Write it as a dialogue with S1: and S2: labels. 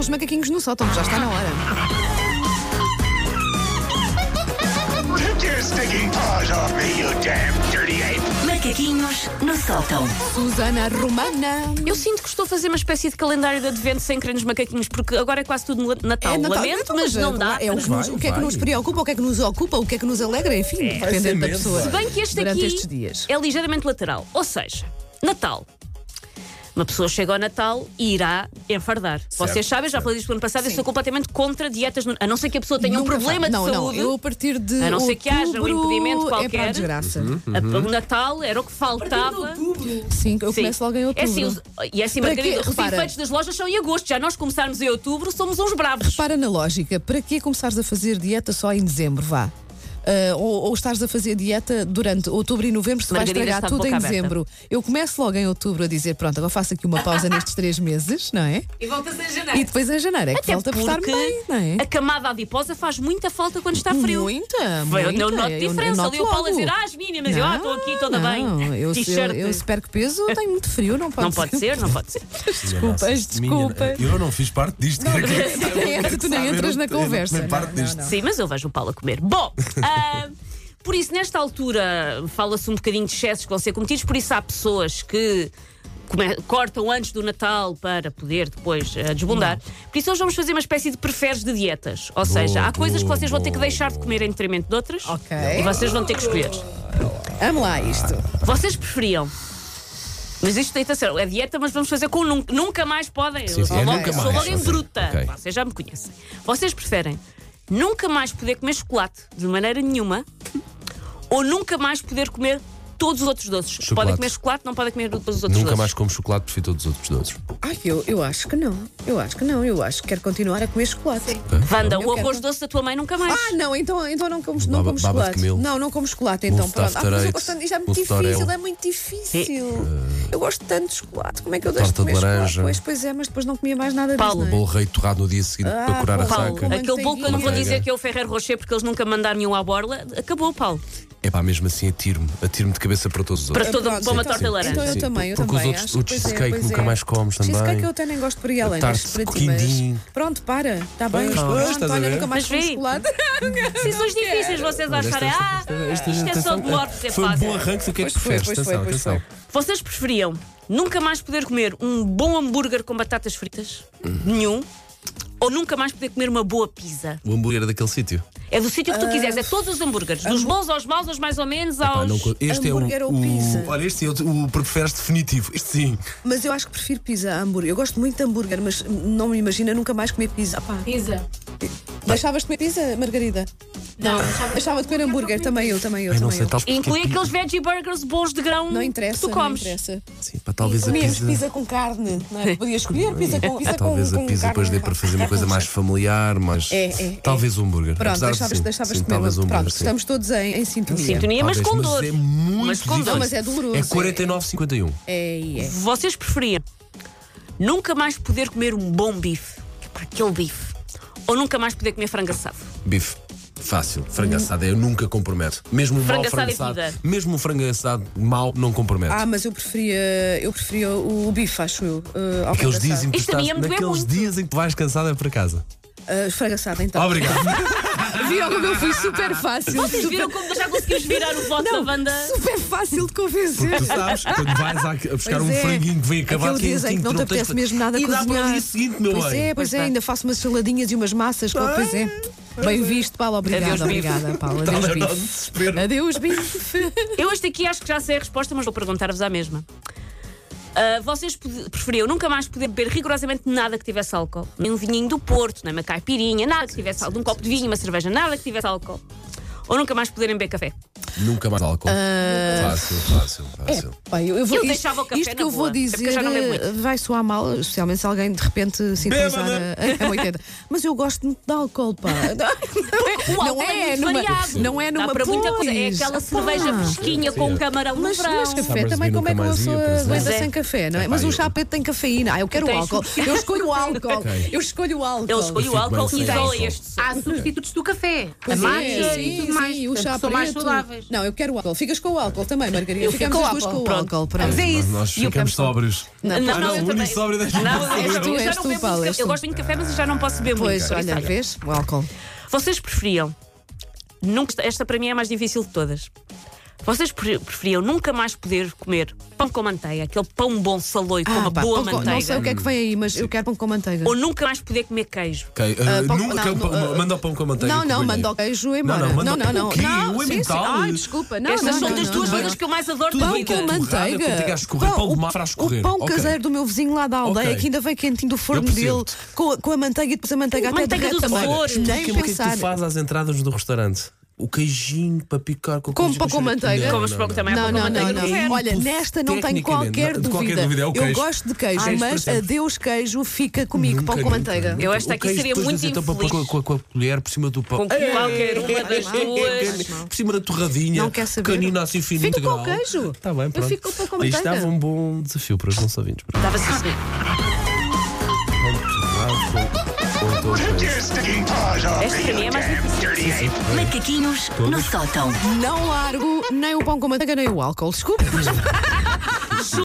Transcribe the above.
S1: os macaquinhos no sótão, já está na hora.
S2: Take your stinking paws off me, you damn dirty ape!
S3: Macaquinhos no sótão.
S1: Susana Romana.
S4: Eu sinto que estou a fazer uma espécie de calendário de advento sem querer nos macaquinhos, porque agora é quase tudo no Natal.
S1: Natal,
S4: Lamento,
S1: então,
S4: mas não dá.
S1: É o, que
S5: Vai,
S1: nos, o que é que
S5: vai.
S1: nos preocupa, o que é que nos ocupa, o que é que nos alegra, enfim, dependendo
S5: ser
S1: da
S5: mesmo,
S1: pessoa.
S5: vai.
S4: Bem que este
S1: Durante
S4: aqui
S1: estes dias.
S4: é ligeiramente lateral. Ou seja, Natal. Uma pessoa chega ao Natal e irá enfardar. Vocês sabem, já falei disto no ano passado, eu sou completamente contra dietas, no- a não ser que a pessoa tenha um
S1: Nunca
S4: problema
S1: fa- não,
S4: de
S1: Não,
S4: saúde.
S1: eu a partir de
S4: A não ser que haja um
S1: outubro
S4: impedimento
S1: É para a
S4: qualquer. Uhum.
S1: desgraça.
S4: A- O Natal era o que faltava.
S1: Sim, Uhum. eu
S4: Sim.
S1: começo logo em outubro.
S4: É assim, os- e é assim,
S1: Para
S4: Margarida,
S1: quê?
S4: os
S1: Repara.
S4: efeitos das lojas são em agosto. Já nós começarmos em outubro, somos uns bravos.
S1: Para na lógica, para que começares a fazer dieta só em dezembro, vá? Ah, ou, ou estás a fazer dieta durante outubro e novembro, se vais
S4: Margarida
S1: estragar
S4: está de
S1: tudo
S4: boca
S1: em
S4: aberta.
S1: dezembro. Eu começo logo em outubro a dizer: pronto, agora faço aqui uma pausa nestes três meses, não é?
S4: E voltas a janeiro.
S1: E depois em janeiro é que
S4: Até
S1: falta apostar
S4: porque
S1: bem, não é?
S4: a camada adiposa faz muita falta quando está frio.
S1: Muita,
S4: Foi-
S1: muita.
S4: Eu noto
S1: é, Eu- eu
S4: diferença.
S1: noto
S4: Ali o Paulo a
S1: logo.
S4: dizer, ah, as mínimas, eu ah, estou aqui toda
S1: não,
S4: bem.
S1: Eu, eu,
S4: T-shirt.
S1: eu se perco peso, tenho muito frio, não pode Tá.
S4: Não pode ser, não pode ser.
S1: Desculpas, desculpas.
S5: eu não fiz parte disto.
S1: Tu nem entras- tu nem entras na conversa.
S5: Não, parte disto.
S4: Sim, mas eu vejo o Paulo a comer. Bom, ah, por isso, nesta altura, fala-se um bocadinho de excessos que vão ser cometidos, por isso há pessoas que come- cortam antes do Natal para poder depois ah, desbundar. Por isso, hoje vamos fazer uma espécie de preferes de dietas. Ou seja, há coisas que
S5: boa,
S4: vocês vão ter que
S5: boa,
S4: deixar de comer em detrimento de outras
S1: Ok.
S4: e vocês vão ter que escolher.
S1: Vamos lá isto.
S4: Vocês preferiam. Mas isto tem atenção, é dieta, mas vamos fazer com nunca, nunca mais podem.
S5: Sim,
S4: eu
S5: sim,
S4: sou
S5: é
S4: logo,
S5: nunca
S4: sou
S5: mais,
S4: logo em
S5: ok.
S4: bruta.
S5: Ok.
S4: Vocês já me conhecem. Vocês preferem nunca mais poder comer chocolate de maneira nenhuma ou nunca mais poder comer todos os outros doces? Podem
S5: Chocolate.
S4: comer chocolate, não podem comer todos os outros
S5: Nunca
S4: doces.
S5: mais como chocolate, prefiro todos os outros doces.
S1: Ai, eu, eu acho que não. Eu acho que não. Eu acho que quero continuar a comer chocolate.
S4: Vanda,
S1: Eu
S4: o arroz
S1: quero.
S4: doce da tua mãe nunca mais.
S1: Ah, não, então, então não como, não como
S5: Baba- baba de
S1: chocolate.
S5: camelo.
S1: Não, não como chocolate, então
S5: Mousse
S1: pronto. Ah, mas eu
S5: tartarate,
S1: gosto tanto, isto é muito
S5: mousse
S1: difícil,
S5: tarel.
S1: é muito difícil. Eu gosto tanto de chocolate. Como é que eu deixo de
S5: Torta
S1: comer
S5: de
S1: chocolate?
S5: laranja.
S1: Pois, pois é, mas depois não comia mais nada
S4: Paulo.
S1: disso. não é?
S5: Bolo rei torrado no dia seguinte para curar a
S1: Paulo,
S5: ressaca.
S1: como é
S4: Aquele bolo que eu não vou
S5: Manteiga.
S4: dizer que é o Ferreiro Rocher porque eles nunca mandaram nenhum à borla, acabou, Paulo.
S5: É pá, mesmo assim, atiro-me. Atiro-me de cabeça para todos os
S4: Para
S5: outros.
S4: todo-
S1: Pronto,
S4: para uma
S1: então-
S4: torta de laranja.
S1: Então eu
S5: Sim,
S1: também, eu
S5: porque
S1: também.
S5: os outros-
S1: acho.
S5: o
S1: Pois é,
S5: cheesecake
S1: pois
S5: nunca
S1: é.
S5: mais comes também.
S1: Cheesecake eu até nem gosto por aí além.
S5: Tarte
S1: deixo para
S5: de
S1: ti, mas-
S5: quindim.
S1: Pronto, para. Está bem,
S5: Pois,
S1: pronto,
S5: pois, estás a
S1: olha,
S5: ver.
S1: nunca mais
S4: Mas
S1: como
S4: vê.
S1: chocolate.
S4: Decisões difíceis vocês acharem. Ah, isto é só de mortos, é
S5: Foi um
S4: fácil.
S5: bom arranque do que é
S1: Pois
S5: que
S1: foi,
S5: preferes.
S1: pois
S5: Atenção,
S1: foi, pois
S5: atenção.
S4: Vocês preferiam nunca mais poder comer um bom hambúrguer com batatas fritas? Nenhum. Ou nunca mais poder comer uma boa pizza?
S5: O hambúrguer é daquele sítio.
S4: É do sítio que
S1: Ah.
S4: tu quiseres, é todos os hambúrgueres. Dos bons aos maus, aos mais ou menos,
S5: Pá,
S4: aos.
S5: não co- este é o,
S1: Hambúrguer ou pizza?
S5: o. Olha, este é o, o preferes definitivo. Este sim.
S1: Mas eu acho que prefiro pizza a hambúrguer. Eu gosto muito de hambúrguer, mas não me imagina nunca mais comer pizza. Pá.
S6: Pisa.
S1: Deixavas de comer pizza, Margarida? Não, deixava de comer hambúrguer. Também eu, também eu.
S5: Ai,
S1: também
S5: não sei, tá-
S1: eu.
S5: tal porque- é
S4: Inclui aqueles veggie burgers bons de grão
S1: Não interessa,
S4: que tu comes.
S1: não interessa.
S5: Sim, pá, talvez a
S1: Comíamos
S5: pizza.
S1: pizza com carne, não é? Podia escolher pizza com pizza
S5: É, Talvez
S1: com,
S5: a
S1: com
S5: pizza
S1: carne.
S5: depois dê para fazer uma coisa mais familiar, mas.
S1: É, é, é.
S5: Talvez o hambúrguer.
S1: Pronto,
S5: Apesar de
S1: deixavas,
S5: sim,
S1: deixavas
S5: sim,
S1: de comer.
S5: talvez o
S1: Pronto,
S5: hambúrguer. sim.
S1: estamos todos em, em sintonia.
S4: Sintonia, mas
S5: Talvez,
S4: com dor.
S5: É muito
S4: Mas com dor.
S5: difícil.
S1: Mas é doloroso,
S5: É
S1: é.
S5: 49,51.
S1: É, é.
S4: Vocês preferiam nunca mais poder comer um bom bife? Epá, Aquele bife. Ou nunca mais poder comer frango assado?
S5: Bife. Fácil.
S1: Uhum.
S5: Frango assado, eu nunca comprometo. Mesmo um mau
S4: Frango
S5: frango
S4: assado
S5: assado.
S4: é
S5: Mesmo um frango assado mau, não comprometo.
S1: Ah, mas eu preferia, eu preferia o bife, acho eu. Uh, ao
S5: Porque
S1: frango
S5: eles
S1: assado.
S5: dizem É que
S4: Isto a mim
S5: estás,
S4: ia-me doer
S5: naqueles
S4: muito.
S5: dias em que vais cansado é para casa.
S1: Ah, frango assado, então.
S5: Obrigado.
S1: Viram como eu fui super fácil.
S4: Vocês viram como já conseguimos virar o voto da banda?
S1: Super fácil de convencer.
S5: tu sabes, quando vais a, a buscar
S1: Pois
S5: um
S1: é.
S5: franguinho que vem acabado,
S1: Aquele dia em que não te
S5: tens-
S1: apetece mesmo nada
S5: e
S1: cozinhar.
S5: dá para o dia seguinte, meu
S1: pois
S5: bem.
S1: é, pois é, ainda faço umas saladinhas e umas massas. com- Pois é. Bem visto, Paulo. Obrigada,
S4: Adeus, bife.
S1: obrigada, Paulo.
S5: Tá
S1: Adeus,
S5: lá, não,
S1: bife.
S5: desespero.
S1: Adeus, bife.
S4: Eu este aqui acho que já sei a resposta, mas vou perguntar-vos à mesma. Ah, vocês pod- preferiam nunca mais poder beber rigorosamente nada que tivesse álcool? Nem um vinhinho do Porto, nem uma caipirinha, nada que tivesse álcool, um copo de vinho, uma cerveja, nada que tivesse álcool. Ou nunca mais poderem beber café?
S5: Nunca mais álcool.
S1: Ah.
S5: Fácil, fácil, fácil.
S1: Bem, eu, eu vou,
S4: Eu
S1: isto,
S4: deixava o café
S1: isto que
S4: na
S1: eu vou
S4: boa, é porque eu
S1: dizer
S4: já não bebo
S1: eh, vai soar mal, especialmente se alguém de repente sintonizar a, a 80. Mas eu gosto muito de álcool, pá.
S4: O álcool é, muito
S1: numa,
S4: variado.
S1: não é numa
S4: Dá para muita coisa. É
S1: pois,
S4: aquela
S1: pá.
S4: cerveja fresquinha com um camarão
S1: Mas,
S4: no verão.
S1: mas café
S5: Sabres
S1: também,
S5: de
S1: como é que
S5: nunca
S1: uma
S5: mais
S1: pessoa
S5: ia, por exemplo.
S1: aguenta
S4: Mas é.
S1: sem café, não é?
S5: Epá,
S1: Mas o
S5: eu-
S1: chapete tem cafeína. Ah, eu quero o
S4: Tens-
S1: álcool. Eu escolho o álcool. Eu escolho o álcool.
S4: Ele escolhe o
S5: fico bem
S4: álcool e
S5: sem
S4: só
S5: álcool.
S4: este.
S6: Há substitutos do café.
S1: Pois
S6: a
S1: é,
S6: máquina
S1: sim,
S6: e tudo
S1: sim,
S6: mais,
S1: sim, o
S6: portanto,
S1: chá
S6: são mais
S1: preto.
S6: saudáveis.
S1: Não, eu quero o álcool. Ficas com o álcool também, Margarida.
S6: Eu
S1: Ficamos
S6: fico
S1: as
S6: com
S1: duas
S6: o álcool.
S1: com o
S6: Pronto,
S1: álcool.
S6: pronto.
S1: Pronto.
S6: É
S5: Nós-
S6: isso.
S5: Nós
S4: E o
S5: ficamos
S4: Campo Sóbrio.
S5: sóbrios.
S4: Não,
S5: ah, não,
S4: eu
S5: o
S4: também.
S5: unisóbrio das
S4: Não, és tu,
S1: Tu és
S4: eu já
S1: tu,
S4: não bebo
S1: Paulo,
S4: muito
S1: és
S4: café. Eu
S1: tu.
S4: gosto muito de café, mas eu já não posso beber
S1: Pois,
S4: muito.
S1: olha, vês? O álcool.
S4: Vocês preferiam. Nunca, esta para mim é a mais difícil de todas. Vocês pre- preferiam nunca mais poder comer pão com manteiga, aquele pão bom saloio com Ah, uma
S1: Ah, pá,
S4: boa
S1: pão com-
S4: manteiga?
S1: Não sei o que é que vem aí, mas eu quero pão com manteiga.
S4: Ou nunca mais poder comer queijo?
S5: Ok, uh,
S1: Ah, pão-
S5: nunca
S1: não,
S5: o pão-
S1: não, ah,
S5: manda o pão com a manteiga.
S1: Não,
S5: que
S1: não,
S5: eu
S1: manda
S5: ganhei.
S1: o queijo
S5: Não,
S1: embora.
S5: não, manda
S1: Não,
S5: o-
S1: não, não.
S5: o quê?
S1: Não,
S5: O
S1: sim, sim.
S5: emmental?
S1: Ai, desculpa. é Não,
S4: Estas
S1: não,
S4: são
S1: não,
S4: das
S1: não,
S4: duas
S1: não.
S4: coisas que eu mais adoro da
S1: Pão
S4: vida.
S1: com manteiga.
S5: torrada, com manteiga a escorrer, pão de
S1: o-
S5: mar a escorrer.
S1: O pão
S5: Ok.
S1: caseiro do meu vizinho lá da aldeia,
S5: Ok.
S1: que ainda vem quentinho do forno
S5: Eu percebo.
S1: dele, com, com a manteiga e depois a manteiga até
S4: Manteiga
S1: derrete
S4: dos
S1: também.
S4: Açores.
S1: Nem
S5: Explica-me o que é que
S1: pensar.
S5: tu fazes às entradas do restaurante? O queijinho para picar com
S1: Com
S5: queijo
S1: pão com
S5: cheiro-
S1: manteiga?
S5: Não,
S4: Como os
S5: não,
S4: pão
S5: não.
S4: também é
S1: Não,
S4: pão
S1: não,
S4: com
S1: não,
S4: manteiga.
S1: não.
S4: quero.
S1: Olha, nesta não tenho
S5: Tecnicamente,
S1: qualquer
S5: não-
S1: dúvida.
S5: de qualquer dúvida, é o
S1: eu
S5: queijo.
S1: gosto de queijo,
S5: Queijo,
S1: mas
S5: por exemplo.
S1: adeus queijo, fica comigo,
S5: Nunca,
S1: pão com
S5: nunca,
S1: manteiga.
S5: nunca.
S4: Eu acho que
S5: O
S4: aqui
S5: queijo
S4: seria
S5: depois
S4: muito
S5: deitam para pôr
S4: infeliz.
S5: Com a, com a colher por cima do pão. É,
S4: Com qualquer uma das duas.
S5: Por cima da torradinha,
S1: Não quer saber.
S5: canina assim fino
S1: Fico com
S5: integral.
S1: o queijo.
S5: Está Tá bem,
S1: Eu
S5: pronto.
S1: fico com o pão com
S5: Isto
S1: manteiga.
S5: estava um bom desafio para os nossos ouvintes.
S4: Dava-se a seguir.
S2: Take your stinking paws off
S4: Esta
S2: me,
S4: para mim é
S2: you
S4: mais
S2: damn dirty ape!
S3: Macaquinhos no sótão.
S1: Não largo nem o pão com manteiga nem o álcool. Desculpe.